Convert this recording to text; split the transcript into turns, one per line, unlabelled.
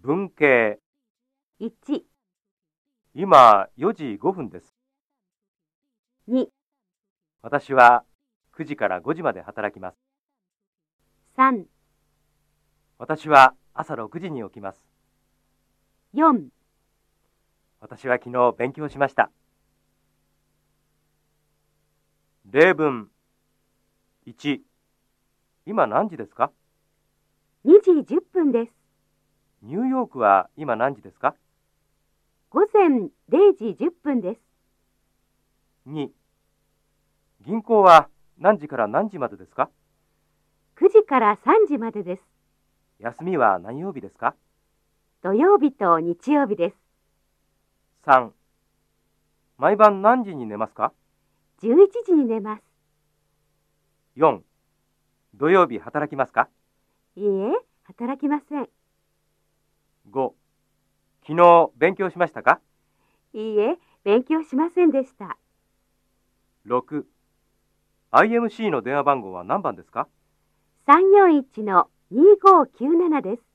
文系、
1、
今4時5分です。
2、
私は9時から5時まで働きます。
3、
私は朝6時に起きます。
4。
私は昨日勉強しました。例文1、今何時ですか
2時10分です。
ニューヨークは今何時ですか
午前0時10分です。
2、銀行は何時から何時までですか
9時から3時までです。
休みは何曜日ですか
土曜日と日曜日です。
3毎晩何時に寝ますか
11時に寝ます。
4土曜日働きますか
いいえ、働きません。
5昨日勉強しましたか
いいえ、勉強しませんでした。
6 IMC の電話番号は何番ですか
341の2597です。